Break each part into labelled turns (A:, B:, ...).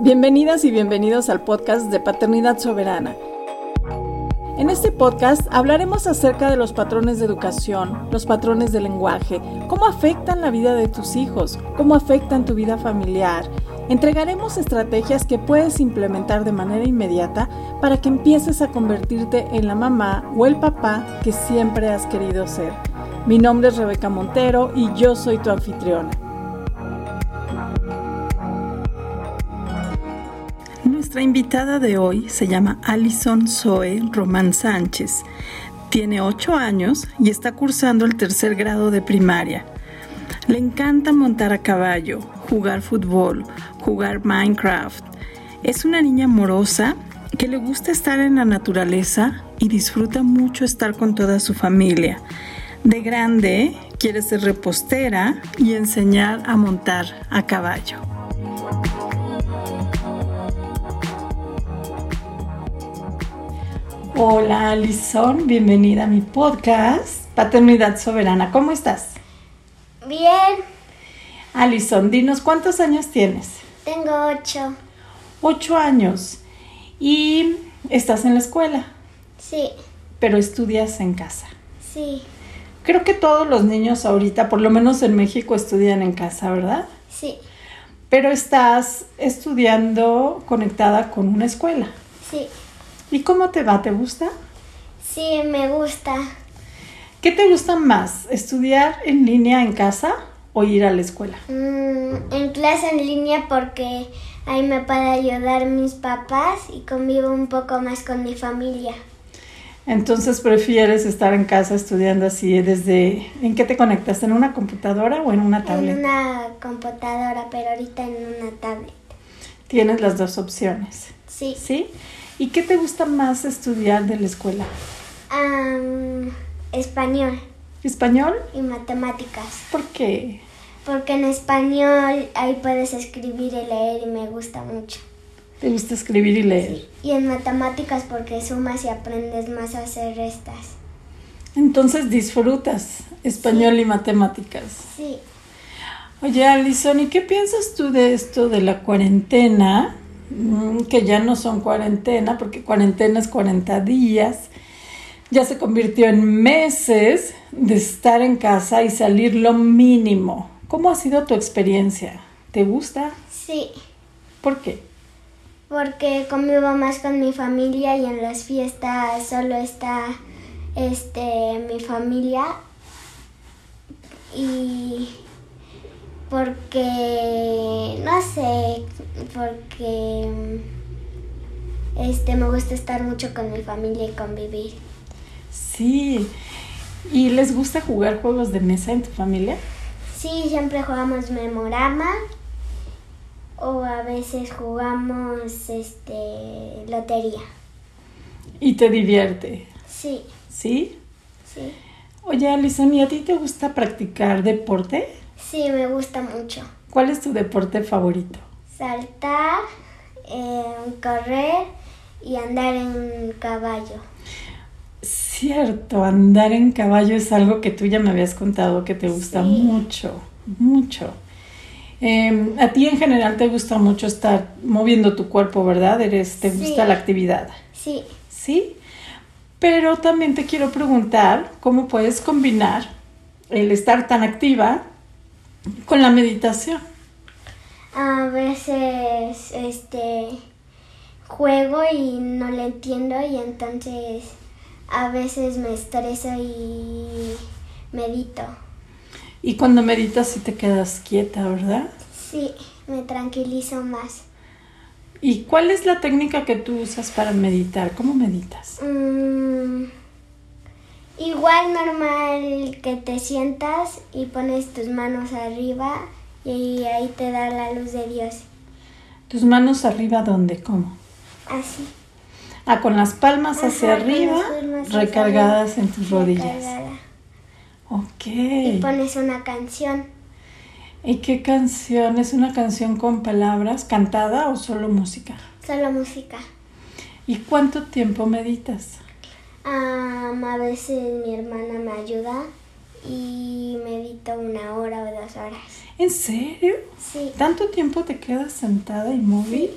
A: Bienvenidas y bienvenidos al podcast de Paternidad Soberana. En este podcast hablaremos acerca de los patrones de educación, los patrones de lenguaje, cómo afectan la vida de tus hijos, cómo afectan tu vida familiar. Entregaremos estrategias que puedes implementar de manera inmediata para que empieces a convertirte en la mamá o el papá que siempre has querido ser. Mi nombre es Rebeca Montero y yo soy tu anfitriona. Nuestra invitada de hoy se llama Alison Zoe Román Sánchez. Tiene 8 años y está cursando el tercer grado de primaria. Le encanta montar a caballo, jugar fútbol, jugar Minecraft. Es una niña amorosa que le gusta estar en la naturaleza y disfruta mucho estar con toda su familia. De grande quiere ser repostera y enseñar a montar a caballo. Hola Alison, bienvenida a mi podcast Paternidad Soberana. ¿Cómo estás?
B: Bien,
A: Alison, dinos cuántos años tienes.
B: tengo ocho.
A: Ocho años. Y estás en la escuela,
B: Sí,
A: pero estudias en casa.
B: sí,
A: Creo que todos los niños ahorita, por lo menos en México, estudian en casa, ¿verdad?
B: sí,
A: Pero estás estudiando conectada con una escuela.
B: sí,
A: ¿Y cómo te va? ¿Te gusta?
B: sí, me gusta.
A: ¿Qué te gusta más? ¿Estudiar en línea en casa o ir a la escuela?
B: Mm, en clase en línea porque ahí me pueden ayudar mis papás y convivo un poco más con mi familia.
A: Entonces prefieres estar en casa estudiando así desde... ¿En qué te conectas? ¿En una computadora o en una
B: En
A: tableta?
B: una computadora, pero ahorita en una tablet.
A: Tienes las dos opciones.
B: Sí.
A: ¿Sí? ¿Y qué te gusta más estudiar de la escuela?
B: Am, español
A: ¿Español?
B: y matemáticas.
A: ¿Por qué?
B: Porque en español ahí puedes escribir y leer y me gusta mucho.
A: ¿Te gusta escribir y leer?
B: Y en matemáticas porque sumas y aprendes más a hacer restas.
A: Entonces disfrutas español y matemáticas.
B: Sí,
A: Oye, Alison, ¿y qué piensas tú de esto de la cuarentena? Mm, que ya no son cuarentena, porque cuarentena es 40 días. Ya se convirtió en meses de estar en casa y salir lo mínimo. ¿Cómo ha sido tu experiencia? ¿Te gusta?
B: sí,
A: ¿Por qué?
B: porque convivo más con mi familia y en las fiestas solo está este mi familia y porque no sé, porque este me gusta estar mucho con mi familia y convivir.
A: Sí. ¿Y les gusta jugar juegos de mesa en tu familia?
B: Sí, siempre jugamos memorama o a veces jugamos este lotería.
A: Y te divierte,
B: Sí,
A: ¿sí?
B: sí.
A: Oye, Alison, ¿y a ti te gusta practicar deporte?
B: Sí, me gusta mucho.
A: ¿Cuál es tu deporte favorito?
B: Saltar, eh, correr y andar en caballo.
A: Cierto, andar en caballo es algo que tú ya me habías contado que te gusta
B: Sí.
A: mucho, mucho. Eh, a ti en general te gusta mucho estar moviendo tu cuerpo, ¿verdad? Eres, te
B: Sí.
A: gusta la actividad,
B: Sí,
A: ¿sí? Pero también te quiero preguntar cómo puedes combinar el estar tan activa con la meditación.
B: a veces este juego y no le entiendo y entonces a veces me estreso y medito.
A: Y cuando meditas sí te quedas quieta, ¿verdad?
B: Sí, me tranquilizo más.
A: ¿Y cuál es la técnica que tú usas para meditar? ¿Cómo meditas?
B: Mm, igual normal que te sientas y pones tus manos arriba y ahí te da la luz de Dios.
A: Tus manos arriba, ¿dónde? ¿Cómo?
B: Así.
A: Ah, con las palmas hacia
B: Ajá, con las
A: arriba,
B: palmas hacia
A: recargadas
B: arriba,
A: en tus rodillas.
B: recargada.
A: Ok.
B: Y
A: ¿Y,
B: pones una canción.
A: qué canción? ¿Es una canción con palabras cantada o solo música?
B: Solo música.
A: ¿Y cuánto tiempo meditas?
B: Am, a veces mi hermana me ayuda y medito una hora o dos horas.
A: ¿En serio?
B: Sí.
A: ¿Tanto tiempo te quedas sentada y móvil?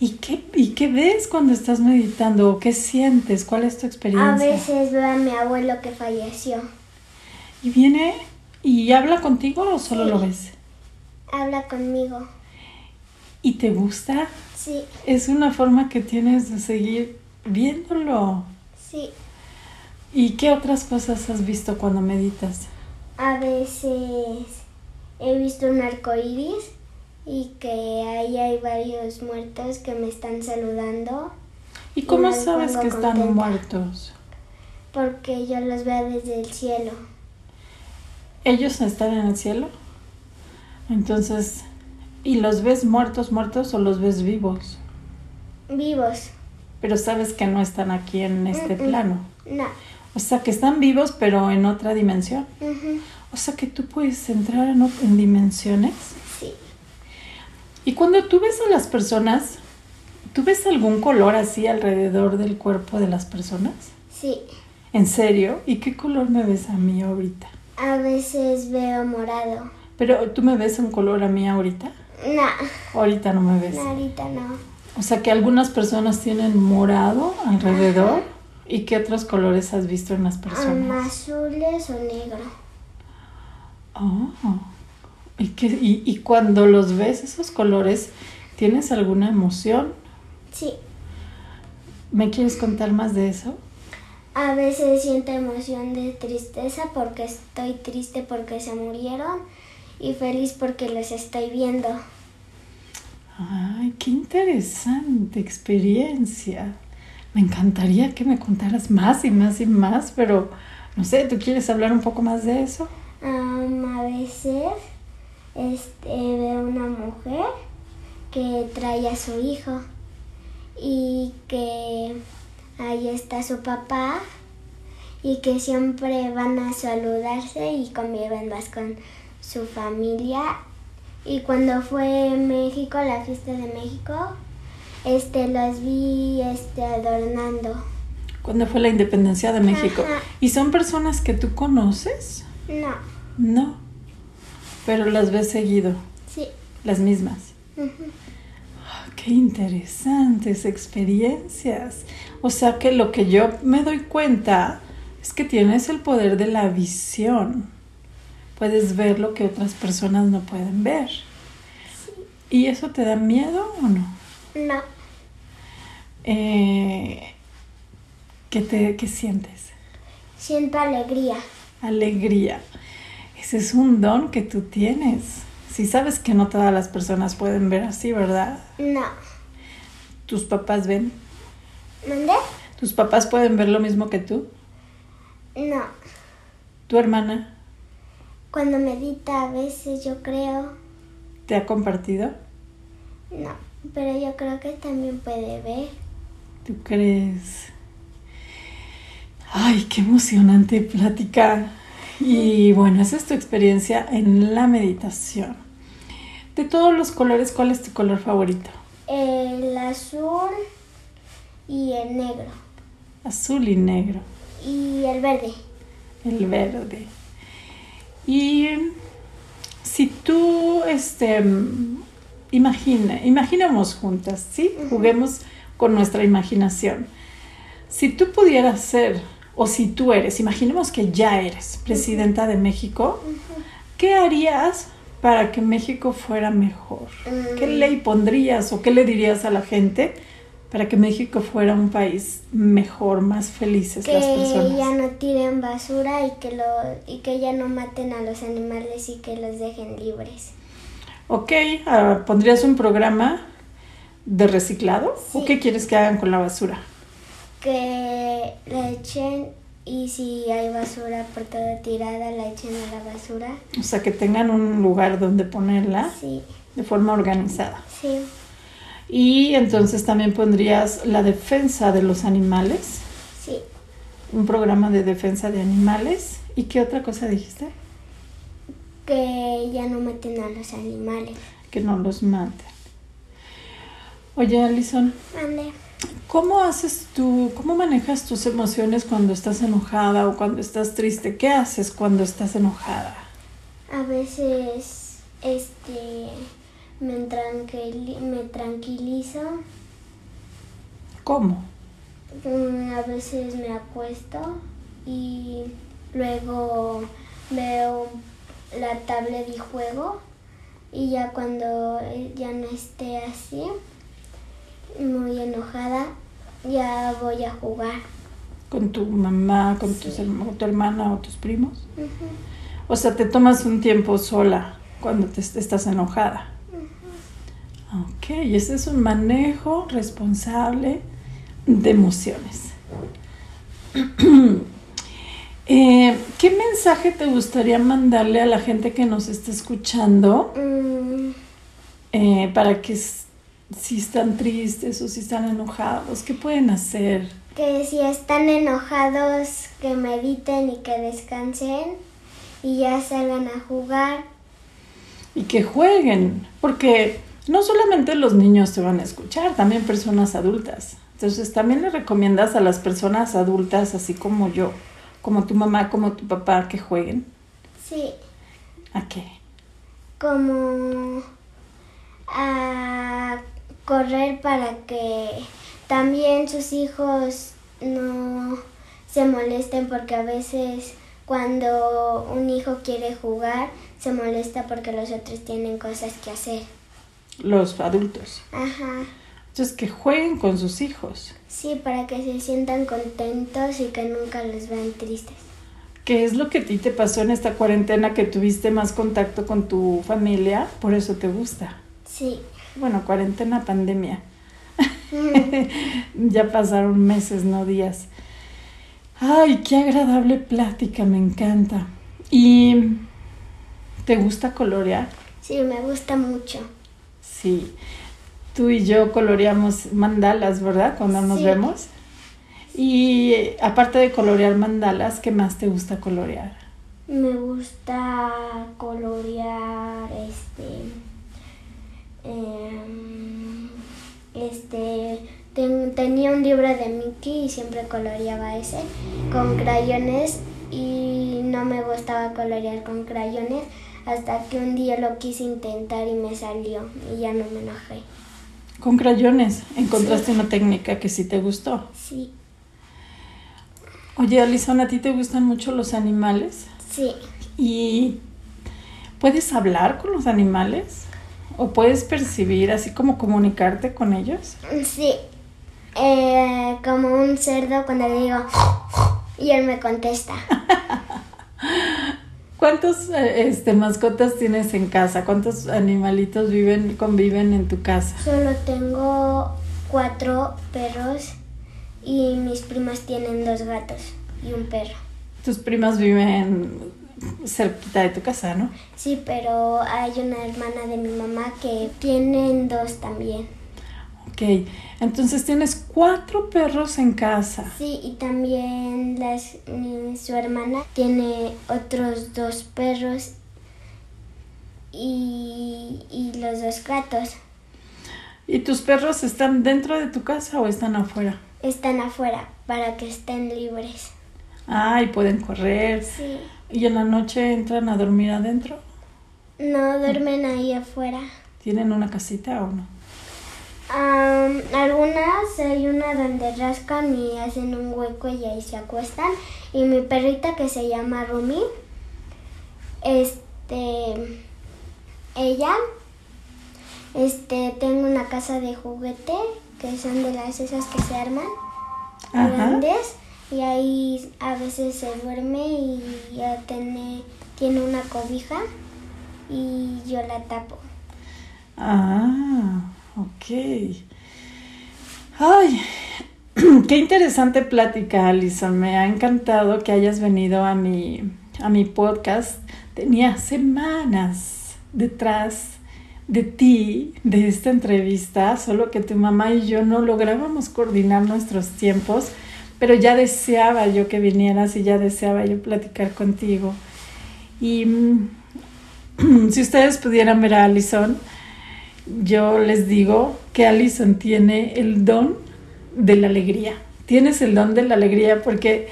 A: ¿Y qué, ¿Y qué ves cuando estás meditando? ¿O qué sientes? ¿Cuál es tu experiencia?
B: A veces veo a mi abuelo que falleció.
A: ¿Y viene y habla contigo o solo
B: Sí.
A: lo ves?
B: Habla conmigo.
A: ¿Y te gusta?
B: Sí,
A: Es una forma que tienes de seguir viéndolo.
B: sí.
A: ¿Y qué otras cosas has visto cuando meditas?
B: A veces he visto un arco iris y que ahí hay varios muertos que me están saludando
A: ¿Y cómo
B: me
A: sabes
B: pongo
A: que están
B: contenta.
A: muertos?
B: porque yo los veo desde el cielo.
A: ¿Ellos están en el cielo? Entonces, ¿y los ves muertos, muertos o los ves vivos?
B: Vivos.
A: Pero sabes que no están aquí en este
B: Mm, mm.
A: plano.
B: No.
A: O sea, que están vivos pero en otra dimensión.
B: Ujú.
A: O sea, que tú puedes entrar en, ot- en dimensiones.
B: Sí.
A: Y cuando tú ves a las personas, ¿tú ves algún color así alrededor del cuerpo de las personas?
B: Sí.
A: ¿En serio? ¿Y qué color me ves a mí ahorita?
B: A veces veo morado.
A: Pero tú me ves un color a mí ahorita.
B: No.
A: Ahorita no me ves.
B: no ahorita no.
A: O sea que algunas personas tienen morado alrededor. ¿Y qué otros colores has visto en las
B: Um,
A: personas?
B: azules o negro.
A: Oh. ¿Y, qué- y- y cuando los ves esos colores, ¿tienes alguna emoción?
B: Sí.
A: ¿Me quieres contar más de eso?
B: A veces siento emoción de tristeza porque estoy triste porque se murieron y feliz porque los estoy viendo.
A: Ay, qué interesante experiencia. Me encantaría que me contaras más y más y más, pero no sé, ¿tú quieres hablar un poco más de eso?
B: Um, a veces este, veo una mujer que trae a su hijo y que ahí está su papá y que siempre van a saludarse y conviven más con su familia. Y cuando fue México, la fiesta de México, este, los vi este, adornando.
A: ¿Cuándo fue la independencia de México?
B: Ajá.
A: ¿Y son personas que tú conoces?
B: No,
A: No, pero las ves seguido,
B: sí.
A: las mismas.
B: ujú,
A: Ah, Qué interesantes experiencias. O sea que lo que yo me doy cuenta es que tienes el poder de la visión. Puedes ver lo que otras personas no pueden ver. ¿Y eso te da miedo o no?
B: No,
A: Eh, ¿qué, te, ¿Qué sientes?
B: siento alegría.
A: Alegría. Ese es un don que tú tienes. Si sabes que no todas las personas pueden ver así, ¿verdad?
B: No.
A: Tus papás ven.
B: ¿Mandé?
A: ¿Tus papás pueden ver lo mismo que tú?
B: No.
A: ¿Tu hermana
B: Cuando medita a veces yo creo.
A: te ha compartido?
B: No. Pero yo creo que también puede ver.
A: ¿Tú crees? Ay, qué emocionante platicar. Y bueno, esa es tu experiencia en la meditación. De todos los colores, ¿cuál es tu color favorito?
B: El azul y el negro.
A: Azul y negro,
B: Y el verde.
A: el verde. Y si tú, este, imagina, imaginemos juntas, ¿sí? Juguemos con nuestra imaginación. Si tú pudieras ser, o si tú eres, imaginemos que ya eres presidenta de México, ¿qué harías para que México fuera mejor? ¿Qué
B: Mm.
A: ley pondrías o qué le dirías a la gente para que México fuera un país mejor, más felices
B: Que
A: las personas?
B: ya no tiren basura y que, lo, y que ya no maten a los animales y que los dejen libres.
A: Ok, ah, ¿pondrías un programa de reciclado? ¿O
B: Sí.
A: qué quieres que hagan con la basura?
B: Que la echen y si hay basura por todo tirada, la echen a la basura.
A: O sea, que tengan un lugar donde ponerla
B: Sí,
A: de forma organizada.
B: sí,
A: Y entonces también pondrías la defensa de los animales,
B: sí.
A: un programa de defensa de animales. ¿Y qué otra cosa dijiste?
B: Que ya no maten a los animales.
A: Que no los maten. Oye, Alison,
B: Mande.
A: ¿Cómo haces tú, cómo manejas tus emociones cuando estás enojada o cuando estás triste? ¿Qué haces cuando estás enojada?
B: A veces este me, tranquili- me tranquilizo,
A: ¿Cómo?
B: mm, a veces me acuesto y luego veo la tablet y juego y ya cuando eh, ya no esté así, muy enojada, ya voy a jugar.
A: ¿Con tu mamá, con tus herma- con tu hermana o tus primos? O sea, te tomas un tiempo sola cuando te est- estás enojada. Ok, ese es un manejo responsable de emociones. Eh, ¿Qué mensaje te gustaría mandarle a la gente que nos está escuchando
B: Mm,
A: eh, para que s- si están tristes o si están enojados, qué pueden hacer?
B: que si están enojados, que mediten y que descansen y ya salgan a jugar.
A: y que jueguen, porque no solamente los niños te van a escuchar, también personas adultas. Entonces también le recomiendas a las personas adultas, así como yo, como tu mamá, como tu papá, que jueguen.
B: Sí,
A: ¿A qué?
B: como a correr para que también sus hijos no se molesten porque a veces cuando un hijo quiere jugar se molesta porque los otros tienen cosas que hacer.
A: Los adultos.
B: Ajá.
A: Entonces que jueguen con sus hijos,
B: Sí, para que se sientan contentos y que nunca los vean tristes.
A: que es lo que a ti te pasó en esta cuarentena que tuviste más contacto con tu familia, por eso te gusta.
B: Sí.
A: Bueno, cuarentena, pandemia. ya pasaron meses, no días. Ay, qué agradable plática, me encanta. ¿Y te gusta colorear?
B: Sí, me gusta mucho.
A: Sí. Tú y yo coloreamos mandalas, ¿verdad? Cuando nos
B: Sí.
A: vemos. Y eh, aparte de colorear mandalas, ¿qué más te gusta colorear?
B: Me gusta colorear este. em, este. ten- tenía un libro de Mickey y siempre coloreaba ese con crayones y no me gustaba colorear con crayones hasta que un día lo quise intentar y me salió y ya no me enojé.
A: Con crayones. Encontraste una técnica que sí te gustó.
B: Sí,
A: Oye, Alison, ¿a ti te gustan mucho los animales?
B: sí.
A: ¿Y puedes hablar con los animales? ¿O puedes percibir, así como comunicarte con ellos?
B: Sí. Eh, como un cerdo cuando le digo y él me contesta.
A: ¿Cuántos eh, este, mascotas tienes en casa? ¿Cuántos animalitos viven, conviven en tu casa?
B: Solo tengo cuatro perros y mis primas tienen dos gatos y un perro.
A: Tus primas viven cerquita de tu casa, ¿no?
B: Sí, pero hay una hermana de mi mamá que tienen dos también.
A: Ok, entonces tienes cuatro perros en casa.
B: Sí, y también las, mi- su hermana tiene otros dos perros y, y los dos gatos
A: ¿Y tus perros están dentro de tu casa o están afuera?
B: están afuera para que estén libres.
A: Ah, y pueden correr.
B: Sí.
A: ¿Y en la noche entran a dormir adentro?
B: No duermen ahí afuera.
A: ¿Tienen una casita o no?
B: Am, algunas hay una donde rascan y hacen un hueco y ahí se acuestan. Y mi perrita que se llama Rumi, este, ella, este, tengo una casa de juguete que son de las esas que se arman
A: Uh-huh.
B: grandes y ahí a veces se duerme y ya tiene, tiene una cobija y yo la tapo.
A: Ah, ok. Ay, qué interesante plática, Alison. Me ha encantado que hayas venido a mi, a mi podcast. Tenía semanas detrás de ti, de esta entrevista, solo que tu mamá y yo no lográbamos coordinar nuestros tiempos, pero ya deseaba yo que vinieras y ya deseaba yo platicar contigo. Y mm, si ustedes pudieran ver a Alison, yo les digo que Alison tiene el don de la alegría. Tienes el don de la alegría porque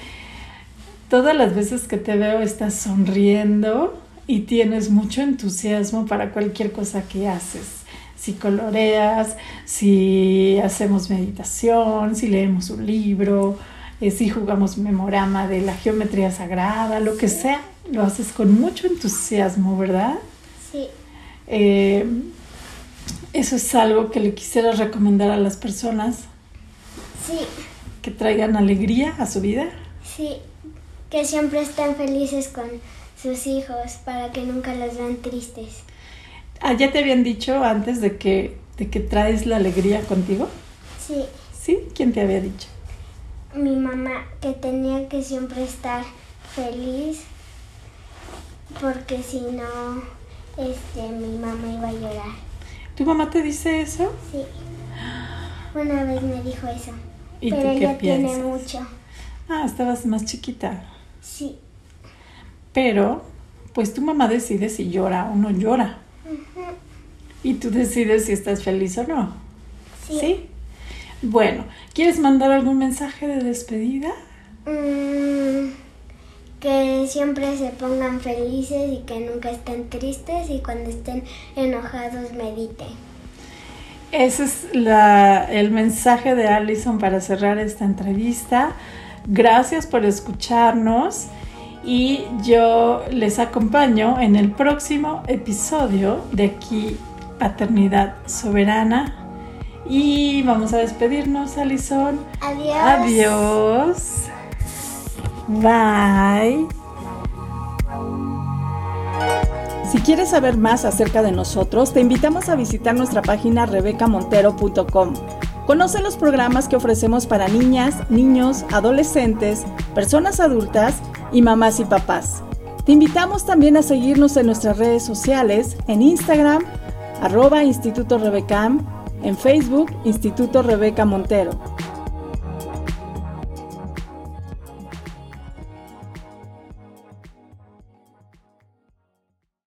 A: todas las veces que te veo estás sonriendo y tienes mucho entusiasmo para cualquier cosa que haces. Si coloreas, si hacemos meditación, si leemos un libro, eh, si jugamos memorama de la geometría sagrada, lo que sea, lo haces con mucho entusiasmo, ¿verdad?
B: Sí.
A: Eh, eso es algo que le quisiera recomendar a las personas
B: Sí,
A: que traigan alegría a su vida.
B: sí, que siempre estén felices con sus hijos para que nunca los vean tristes.
A: Ah, ya te habían dicho antes de que, de que traes la alegría contigo.
B: Sí,
A: ¿Sí? ¿Quién te había dicho?
B: mi mamá que tenía que siempre estar feliz porque si no, este, mi mamá iba a llorar.
A: ¿Tu mamá te dice eso?
B: Sí, una vez me dijo eso,
A: ¿Y
B: pero
A: tú qué
B: ella
A: piensas?
B: tiene mucho.
A: Ah, estabas más chiquita.
B: Sí,
A: Pero, pues tu mamá decide si llora o no llora. Y tú decides si estás feliz o no.
B: sí.
A: Bueno, ¿quieres mandar algún mensaje de despedida?
B: Mm, que siempre se pongan felices y que nunca estén tristes y cuando estén enojados mediten.
A: Ese es la- el mensaje de Allison para cerrar esta entrevista. Gracias por escucharnos y yo les acompaño en el próximo episodio de aquí, Paternidad Soberana. Y vamos a despedirnos, Allison.
B: Adiós.
A: Adiós. Bye. Si quieres saber más acerca de nosotros, te invitamos a visitar nuestra página rebecamontero.com. Conoce los programas que ofrecemos para niñas, niños, adolescentes, personas adultas y mamás y papás. Te invitamos también a seguirnos en nuestras redes sociales, en Instagram, arroba Instituto Rebecam, en Facebook, Instituto Rebeca Montero.